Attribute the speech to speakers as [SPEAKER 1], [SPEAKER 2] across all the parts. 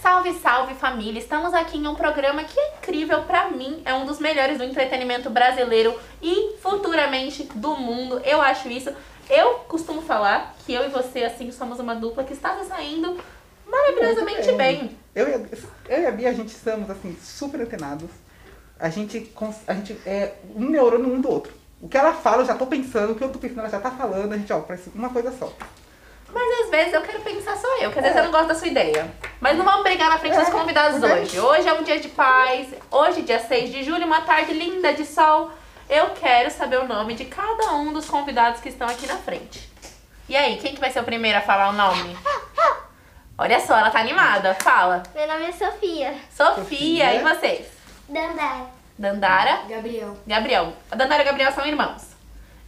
[SPEAKER 1] Salve, salve família! Estamos aqui em um programa que é incrível pra mim, é um dos melhores do entretenimento brasileiro e futuramente do mundo. Eu acho isso. Eu costumo falar que eu e você, assim, somos uma dupla que está se saindo maravilhosamente
[SPEAKER 2] Muito
[SPEAKER 1] bem.
[SPEAKER 2] bem. Eu e, a, eu e a Bia, a gente estamos, assim, super antenados. A gente, cons- a gente é um neurônio um do outro. O que ela fala, eu já tô pensando. O que eu tô pensando, ela já tá falando. A gente, ó, parece uma coisa só.
[SPEAKER 1] Mas às vezes eu quero pensar só eu, que às vezes eu não gosto da sua ideia. Mas não vamos brigar na frente dos
[SPEAKER 2] É,
[SPEAKER 1] convidados
[SPEAKER 2] verdade.
[SPEAKER 1] hoje. Hoje é um dia de paz, hoje, dia 6 de julho, uma tarde linda de sol. Eu quero saber o nome de cada um dos convidados que estão aqui na frente. E aí, quem que vai ser o primeiro a falar o nome? Olha só, ela tá animada. Fala.
[SPEAKER 3] Meu nome é Sofia.
[SPEAKER 1] Sofia,
[SPEAKER 2] Sofia.
[SPEAKER 1] e vocês?
[SPEAKER 3] Dandara.
[SPEAKER 1] Dandara,
[SPEAKER 4] Gabriel.
[SPEAKER 1] Gabriel. A Dandara e o Gabriel são irmãos.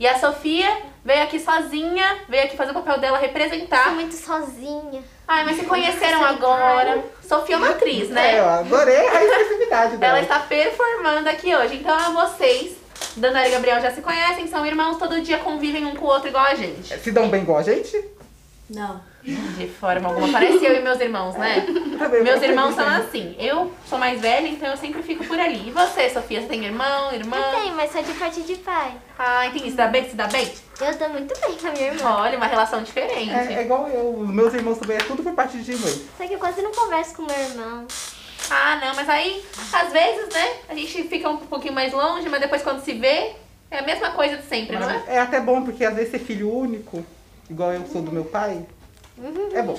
[SPEAKER 1] E a Sofia veio aqui sozinha, veio aqui fazer o papel dela representar.
[SPEAKER 3] Sou muito sozinha.
[SPEAKER 1] Ai, mas se conheceram agora. Sofia é uma atriz,
[SPEAKER 2] É, eu
[SPEAKER 1] né?
[SPEAKER 2] adorei a expressividade dela.
[SPEAKER 1] Ela está performando aqui hoje. Então, a vocês, Dandara e Gabriel já se conhecem, são irmãos, todo dia convivem um com o outro igual a gente.
[SPEAKER 2] Se dão bem igual a gente?
[SPEAKER 4] Não.
[SPEAKER 1] De forma alguma. Parece eu e meus irmãos, né?
[SPEAKER 2] Eu também,
[SPEAKER 1] Meus
[SPEAKER 2] eu
[SPEAKER 1] irmãos são
[SPEAKER 2] também.
[SPEAKER 1] assim. Eu sou mais velha, então eu sempre fico por ali. E você, Sofia? Você tem irmão, irmã?
[SPEAKER 3] Eu tenho, mas sou de parte de pai.
[SPEAKER 1] Ai, tem isso. Dá bem? Se dá bem?
[SPEAKER 3] Eu dou muito bem com a minha irmã.
[SPEAKER 1] Olha, uma relação diferente.
[SPEAKER 2] É, é igual eu. Os Meus irmãos também é tudo por parte de mãe.
[SPEAKER 3] Só que eu quase não converso com meu irmão.
[SPEAKER 1] Ah, não, mas aí, às vezes, né? A gente fica um pouquinho mais longe, mas depois quando se vê, é a mesma coisa de sempre, não é?
[SPEAKER 2] É até bom, porque às vezes ser filho único, igual eu sou do meu pai, é bom.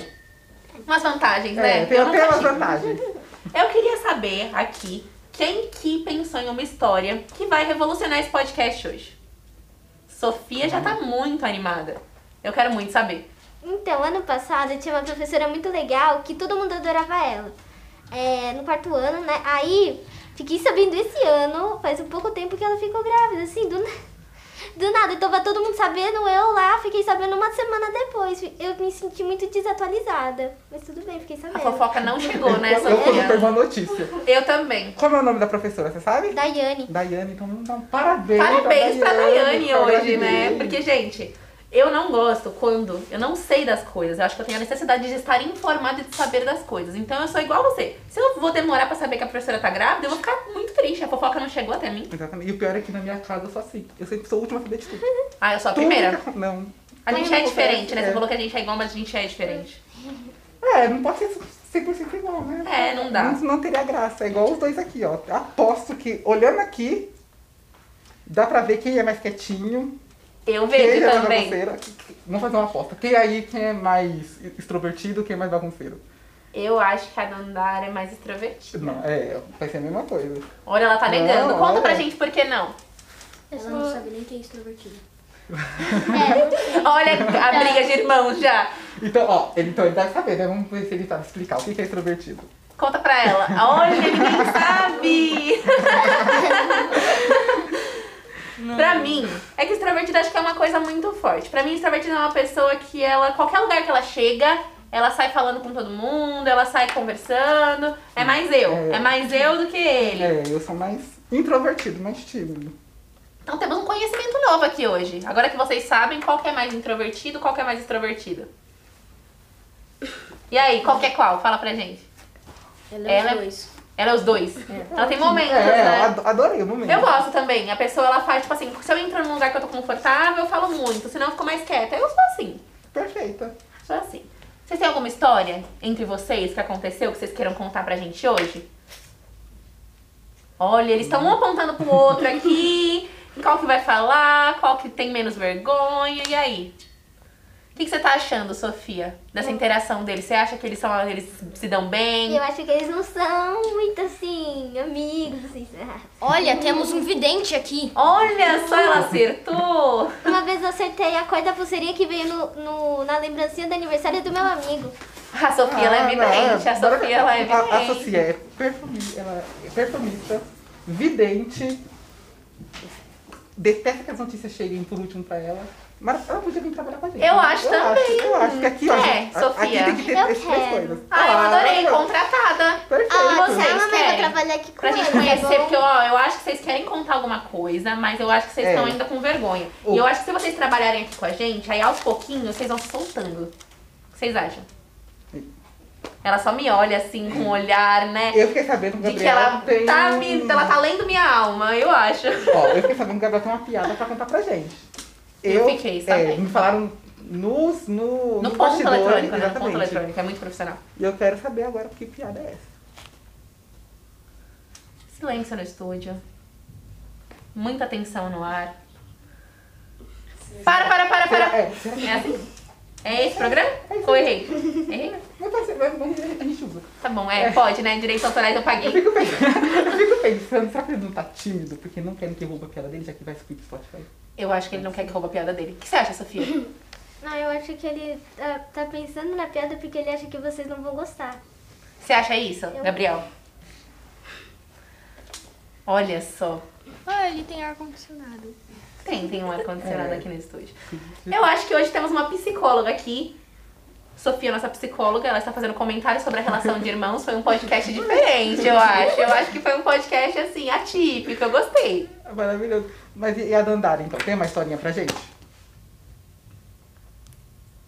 [SPEAKER 1] Umas vantagens, né?
[SPEAKER 2] É, tem
[SPEAKER 1] Eu
[SPEAKER 2] até
[SPEAKER 1] nunca
[SPEAKER 2] umas
[SPEAKER 1] tive.
[SPEAKER 2] vantagens.
[SPEAKER 1] Eu queria saber aqui quem que pensou em uma história que vai revolucionar esse podcast hoje. Sofia já tá muito animada. Eu quero muito saber.
[SPEAKER 3] Então, ano passado tinha uma professora muito legal que todo mundo adorava ela. É, no quarto ano, né? Aí, fiquei sabendo esse ano, faz um pouco tempo que ela ficou grávida, assim, do, na- do nada. Então, vai todo mundo sabendo, eu lá, fiquei sabendo uma semana depois. Eu me senti muito desatualizada. Mas tudo bem, fiquei
[SPEAKER 1] A
[SPEAKER 3] sabendo.
[SPEAKER 1] fofoca não chegou, né,
[SPEAKER 2] eu eu fui super
[SPEAKER 1] Sofia?
[SPEAKER 2] boa notícia.
[SPEAKER 1] Eu também.
[SPEAKER 2] Como é o nome da professora, você sabe?
[SPEAKER 3] Daiane.
[SPEAKER 2] Daiane, então vamos dar um parabéns.
[SPEAKER 1] Parabéns pra Daiane
[SPEAKER 2] pra
[SPEAKER 1] hoje,
[SPEAKER 2] Daiane.
[SPEAKER 1] né? Porque, gente, eu não gosto quando eu não sei das coisas. Eu acho que eu tenho a necessidade de estar informada e de saber das coisas. Então eu sou igual você. Se eu vou demorar pra saber que a professora tá grávida, eu vou ficar muito triste. A fofoca não chegou até mim.
[SPEAKER 2] Exatamente. E o pior é que na minha casa eu sou assim. Eu sempre sou a última a saber de tudo.
[SPEAKER 1] Ah, eu sou a primeira.
[SPEAKER 2] Tudo que- Não.
[SPEAKER 1] A
[SPEAKER 2] Tudo
[SPEAKER 1] gente
[SPEAKER 2] que
[SPEAKER 1] é diferente, né? Você
[SPEAKER 2] acontece,
[SPEAKER 1] falou que a gente é igual, mas a gente é diferente.
[SPEAKER 2] É, É, não pode ser 100% igual, né?
[SPEAKER 1] É, não dá.
[SPEAKER 2] Não, não teria graça. É igual os dois aqui, ó. Aposto que, olhando aqui, dá pra ver quem é mais quietinho.
[SPEAKER 1] Eu
[SPEAKER 2] Quem
[SPEAKER 1] vejo
[SPEAKER 2] é mais
[SPEAKER 1] também.
[SPEAKER 2] bagunceiro. Vamos fazer uma aposta. Quem aí quem é mais extrovertido, quem é mais bagunceiro?
[SPEAKER 1] Eu acho que a Dandara é mais extrovertida.
[SPEAKER 2] Não, é, vai ser a mesma coisa.
[SPEAKER 1] Olha, ela tá
[SPEAKER 2] Não,
[SPEAKER 1] negando. Conta
[SPEAKER 2] olha.
[SPEAKER 1] pra gente por que não.
[SPEAKER 3] Eu
[SPEAKER 4] Ela não sabe nem quem é extrovertido.
[SPEAKER 1] Olha a briga de irmãos já.
[SPEAKER 2] Então, ó, ele, então ele deve saber, né? Vamos ver se ele sabe explicar o que que é extrovertido.
[SPEAKER 1] Conta pra ela. Olha, ninguém sabe. pra mim, é que extrovertida acho que é uma coisa muito forte. Pra mim, extrovertida é uma pessoa que ela, qualquer lugar que ela chega, ela sai falando com todo mundo, ela sai conversando. É mais eu.
[SPEAKER 2] É.
[SPEAKER 1] É mais eu do que ele.
[SPEAKER 2] É, eu sou mais introvertido, mais tímido.
[SPEAKER 1] Então temos um conhecimento novo aqui hoje. Agora que vocês sabem qual que é mais introvertido, qual que é mais extrovertido. E aí, qual que é qual? Fala pra gente.
[SPEAKER 4] Ela é
[SPEAKER 1] Ela é-
[SPEAKER 4] os dois.
[SPEAKER 1] Ela é os dois. Ela tem momentos,
[SPEAKER 2] É,
[SPEAKER 1] né?
[SPEAKER 2] ado- adorei o momento.
[SPEAKER 1] Eu gosto também. A pessoa, ela faz, tipo assim, se eu entro num lugar que eu tô confortável, eu falo muito. Senão eu fico mais quieta. Eu sou assim.
[SPEAKER 2] Perfeita.
[SPEAKER 1] Sou assim. Vocês têm alguma história entre vocês que aconteceu que vocês queiram contar pra gente hoje? Olha, eles estão um apontando pro outro aqui. Qual que vai falar? Qual que tem menos vergonha? E aí? O que, que você tá achando, Sofia, dessa interação deles? Você acha que eles são eles se dão
[SPEAKER 3] E
[SPEAKER 1] bem?
[SPEAKER 3] eu acho que eles não são muito assim, amigos, assim, sabe?
[SPEAKER 5] Olha, temos um vidente aqui.
[SPEAKER 1] Olha só, ela acertou!
[SPEAKER 3] Uma vez eu acertei a cor da pulseirinha que veio no, no- na lembrancinha do aniversário do meu amigo.
[SPEAKER 1] A Sofia,
[SPEAKER 2] Ah,
[SPEAKER 1] ela é vidente. A Sofia, ela é
[SPEAKER 2] A, a
[SPEAKER 1] vidente.
[SPEAKER 2] Sofia é, perfumi, ela é perfumista, vidente. detesta que as notícias cheguem por último pra ela. Mas ela podia vir trabalhar com a gente.
[SPEAKER 1] Eu acho também.
[SPEAKER 2] Acho, eu acho que aqui, ó,
[SPEAKER 1] É,
[SPEAKER 2] gente, a-
[SPEAKER 1] Sofia.
[SPEAKER 2] aqui tem que ter
[SPEAKER 3] Eu
[SPEAKER 2] essas três
[SPEAKER 3] quero.
[SPEAKER 2] coisas.
[SPEAKER 1] Ah, eu adorei,
[SPEAKER 2] Ah,
[SPEAKER 1] contratada.
[SPEAKER 2] Perfeito.
[SPEAKER 3] Ah,
[SPEAKER 1] vocês
[SPEAKER 3] a mamãe vai
[SPEAKER 1] querem?
[SPEAKER 3] trabalhar aqui com
[SPEAKER 1] Pra gente
[SPEAKER 3] ela,
[SPEAKER 1] conhecer,
[SPEAKER 3] tá bom?
[SPEAKER 1] porque ó, eu acho que vocês querem contar alguma coisa, mas eu acho que vocês
[SPEAKER 2] É.
[SPEAKER 1] estão ainda com vergonha.
[SPEAKER 2] O-
[SPEAKER 1] E eu acho que se vocês trabalharem aqui com a gente, aí aos pouquinhos vocês vão se soltando. O que vocês acham? Ela só me olha assim, com um olhar, né?
[SPEAKER 2] Eu fiquei sabendo que o
[SPEAKER 1] De que
[SPEAKER 2] Gabriel
[SPEAKER 1] ela
[SPEAKER 2] tem...
[SPEAKER 1] tá, me, ela tá lendo minha alma, eu acho.
[SPEAKER 2] Ó, eu fiquei sabendo que o Gabriel tem uma piada pra contar pra gente.
[SPEAKER 1] Eu fiquei
[SPEAKER 2] é,
[SPEAKER 1] sabendo.
[SPEAKER 2] me falaram nos, no,
[SPEAKER 1] No
[SPEAKER 2] nos
[SPEAKER 1] ponto
[SPEAKER 2] bastidores,
[SPEAKER 1] eletrônico, né? No ponto
[SPEAKER 2] exatamente.
[SPEAKER 1] eletrônico, é muito profissional.
[SPEAKER 2] E eu quero saber agora que piada é essa.
[SPEAKER 1] Silêncio no estúdio. Muita atenção no ar. Para, para, para, para.
[SPEAKER 2] É, será que-
[SPEAKER 1] É assim? É esse programa? Ou errei? Errei? né?
[SPEAKER 2] Não pode ser, mas vamos ver, a gente usa.
[SPEAKER 1] Tá bom, é, pode, né? Direitos autorais eu
[SPEAKER 2] Eu
[SPEAKER 1] paguei.
[SPEAKER 2] fico pensando, eu fico pensando, será que ele não tá tímido? Porque não querem que rouba a piada dele, já que vai subir pro Spotify.
[SPEAKER 1] Eu acho que ele não quer que rouba a piada dele. O que você acha, Sofia?
[SPEAKER 3] Não, eu acho que ele ah, tá pensando na piada porque ele acha que vocês não vão gostar.
[SPEAKER 1] Você acha isso, Gabriel? Olha só.
[SPEAKER 5] Ah, ele tem ar-condicionado.
[SPEAKER 1] Tem, tem um ar-condicionado
[SPEAKER 2] É.
[SPEAKER 1] aqui no estúdio. Eu acho que hoje temos uma psicóloga aqui. Sofia, nossa psicóloga, ela está fazendo comentários sobre a relação de irmãos. Foi um podcast diferente, eu acho. Eu acho que foi um podcast, assim, atípico. Eu gostei.
[SPEAKER 2] É Maravilhoso. Mas e e a Dandara, então? Tem uma historinha pra gente?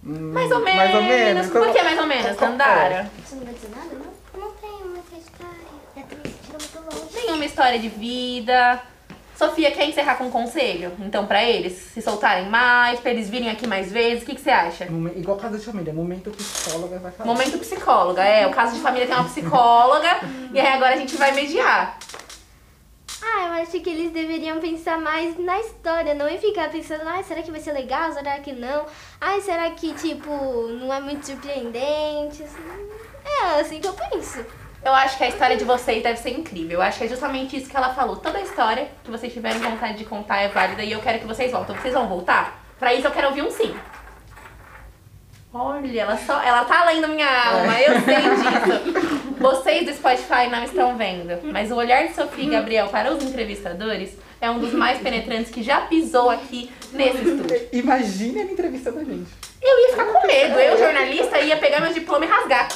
[SPEAKER 2] Hum,
[SPEAKER 1] Mais ou menos.
[SPEAKER 2] Mais ou menos. é.
[SPEAKER 1] Por
[SPEAKER 2] Então-
[SPEAKER 1] que mais ou memenos, Tandara?
[SPEAKER 4] Você não vai dizer nada, não?
[SPEAKER 3] Eu não tenho muita história. Eu tenho muito longe.
[SPEAKER 1] Nenhuma história de vida. Sofia, quer encerrar com um conselho? Então, pra eles se soltarem mais, pra eles virem aqui mais vezes, o que, que você acha?
[SPEAKER 2] é, Momen- Igual casa de família, momento psicóloga vai falar.
[SPEAKER 1] Momento psicóloga, é. O caso de família tem uma psicóloga e aí agora a gente vai mediar.
[SPEAKER 3] Ah, eu acho que eles deveriam pensar mais na história, não em ficar pensando, ai, será que vai ser legal? Será que não? Ai, será que, tipo, não é muito surpreendente? Assim, É assim que eu penso.
[SPEAKER 1] Eu acho que a história de vocês deve ser incrível. Eu acho que é justamente isso que ela falou. Toda a história que vocês tiverem vontade de contar é válida e eu quero que vocês voltem. Vocês vão voltar? Pra isso eu quero ouvir um sim. Olha, ela só. Ela tá lendo minha alma, eu sei disso. Vocês do Spotify não estão vendo, mas o olhar de Sofia e Gabriel para os entrevistadores é um dos mais penetrantes que já pisou aqui nesse estúdio.
[SPEAKER 2] Imagina ele entrevistando a gente.
[SPEAKER 1] Eu ia ficar com medo. Eu, jornalista, ia pegar meu diploma e rasgar.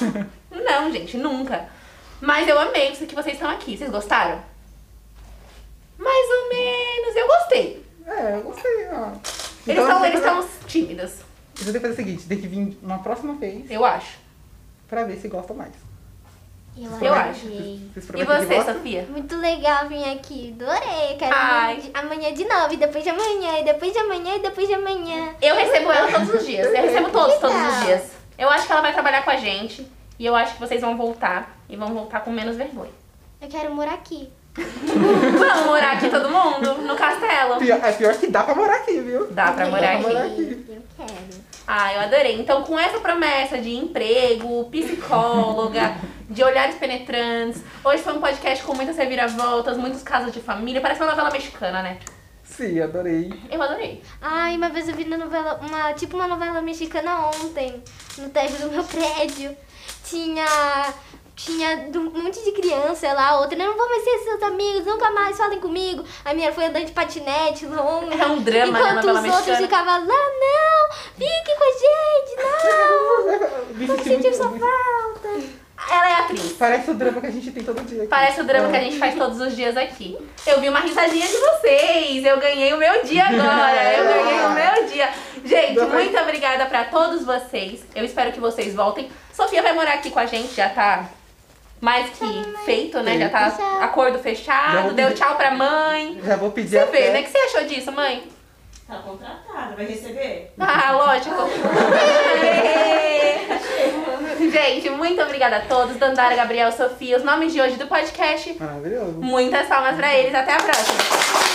[SPEAKER 1] Não, gente, nunca. Mas eu amei isso que vocês estão aqui. Vocês gostaram? Mais ou menos. Eu gostei.
[SPEAKER 2] É, eu gostei, ó. Então,
[SPEAKER 1] Eles estão
[SPEAKER 2] você
[SPEAKER 1] eles
[SPEAKER 2] vai-
[SPEAKER 1] tão tímidos,
[SPEAKER 2] Você tem que fazer o seguinte, tem que vir uma próxima vez
[SPEAKER 1] eu acho.
[SPEAKER 2] pra ver se gostam mais.
[SPEAKER 1] Eu acho.
[SPEAKER 3] adorei.
[SPEAKER 2] Vocês
[SPEAKER 1] E
[SPEAKER 2] prometem que
[SPEAKER 1] você,
[SPEAKER 2] gostam?
[SPEAKER 1] Sofia?
[SPEAKER 3] Muito legal vir aqui, adorei. Quero
[SPEAKER 1] Ai.
[SPEAKER 3] vir de- amanhã de novo, e depois de amanhã, e depois de amanhã, e depois de amanhã.
[SPEAKER 1] Eu recebo ela todos os dias. Eu recebo todos, todos os
[SPEAKER 3] Legal.
[SPEAKER 1] dias. Eu acho que ela vai trabalhar com a gente. E eu acho que vocês vão voltar. E vão voltar com menos vergonha.
[SPEAKER 3] Eu quero morar aqui.
[SPEAKER 1] Vamos morar aqui todo mundo? No castelo?
[SPEAKER 2] Pior, é pior que dá pra morar aqui, viu?
[SPEAKER 1] Dá Ah, pra morar aqui.
[SPEAKER 3] Eu quero.
[SPEAKER 1] Ah, eu adorei. Então, com essa promessa de emprego, psicóloga, de olhares penetrantes, hoje foi um podcast com muitas reviravoltas, muitos casos de família. Parece uma novela mexicana, né?
[SPEAKER 2] Sim, adorei.
[SPEAKER 1] Eu adorei.
[SPEAKER 3] Ai, uma vez eu vi na novela, uma, tipo uma novela mexicana ontem, no teto do meu prédio. Tinha. Tinha de um monte de criança lá, outra, eu não vou mais ser seus amigos, nunca mais falem comigo. A minha foi andando de patinete longe.
[SPEAKER 1] É um drama, né,
[SPEAKER 3] Enquanto
[SPEAKER 1] novela
[SPEAKER 3] os outros
[SPEAKER 1] mexicana.
[SPEAKER 3] ficavam lá, não, fique com a gente, não,
[SPEAKER 2] Me
[SPEAKER 3] vamos
[SPEAKER 2] senti
[SPEAKER 3] sentir
[SPEAKER 2] muito-
[SPEAKER 3] sua falta.
[SPEAKER 1] Ela é atriz.
[SPEAKER 2] Parece o drama que a gente tem todo dia. aqui.
[SPEAKER 1] Parece o drama que a
[SPEAKER 2] É.
[SPEAKER 1] gente faz todos os dias aqui. Eu vi uma risadinha de vocês. Eu ganhei o meu dia agora. Eu ganhei o meu dia. Gente, muito obrigada pra todos vocês. Eu espero que vocês voltem. Sofia vai morar aqui com a gente, já tá mais que Tá, feito, né? Já tá
[SPEAKER 3] Tchau.
[SPEAKER 1] acordo
[SPEAKER 2] Já
[SPEAKER 1] fechado.
[SPEAKER 2] vou
[SPEAKER 1] Deu
[SPEAKER 2] pedir-
[SPEAKER 1] tchau pra mãe.
[SPEAKER 2] Já tá. vou pedir
[SPEAKER 1] Você
[SPEAKER 2] a
[SPEAKER 1] vê, né? O que você achou disso, mãe?
[SPEAKER 6] Tá contratada, vai receber?
[SPEAKER 1] Ah, lógico. Gente, muito obrigada a todos. Dandara, Gabriel, Sofia, os nomes de hoje do podcast.
[SPEAKER 2] Maravilhoso.
[SPEAKER 1] Muitas palmas pra eles. Até a próxima.